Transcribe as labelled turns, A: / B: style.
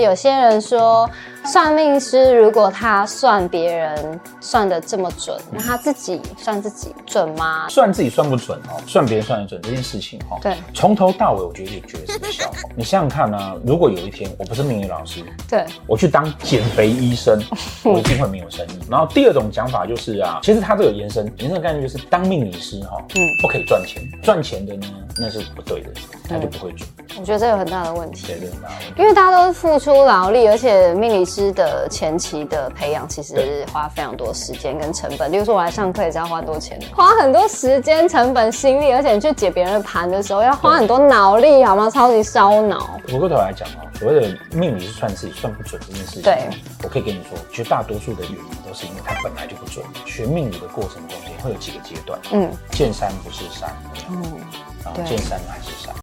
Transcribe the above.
A: 有些人说，算命师如果他算别人算的这么准，那他自己算自己准吗？
B: 算自己算不准哦，算别人算得准这件事情哦，
A: 对
B: 从头到尾我觉得也觉得这个笑话。你想想看呢、啊如果有一天我不是命理老师，
A: 对，
B: 我去当减肥 医生，我一定会没有生意。然后第二种讲法就是啊，其实它这个延伸延伸的概念就是当命理师哈、
A: 嗯
B: 不可以赚钱，赚钱的呢那是不对的，他就不会准，啊
A: 我觉得这有很大的问题
B: 对，，这是很大的问题。
A: 因为大家都是付出劳力，而且命理师的前期的培养其实
B: 对
A: 花非常多时间跟成本。例如说我来上课也是要花很多钱的，花很多时间、成本、心力，而且你去解别人的盘的时候要花很多脑力，好吗？超级烧脑。
B: 回过头来讲哦，所谓的命理是算自己算不准这件事情，
A: 对，
B: 我可以跟你说，绝大多数的原因都是因为它本来就不准。学命理的过程中间会有几个阶段，
A: 嗯
B: 见山不是山，
A: 嗯。
B: 啊
A: 对，
B: 见山还是山。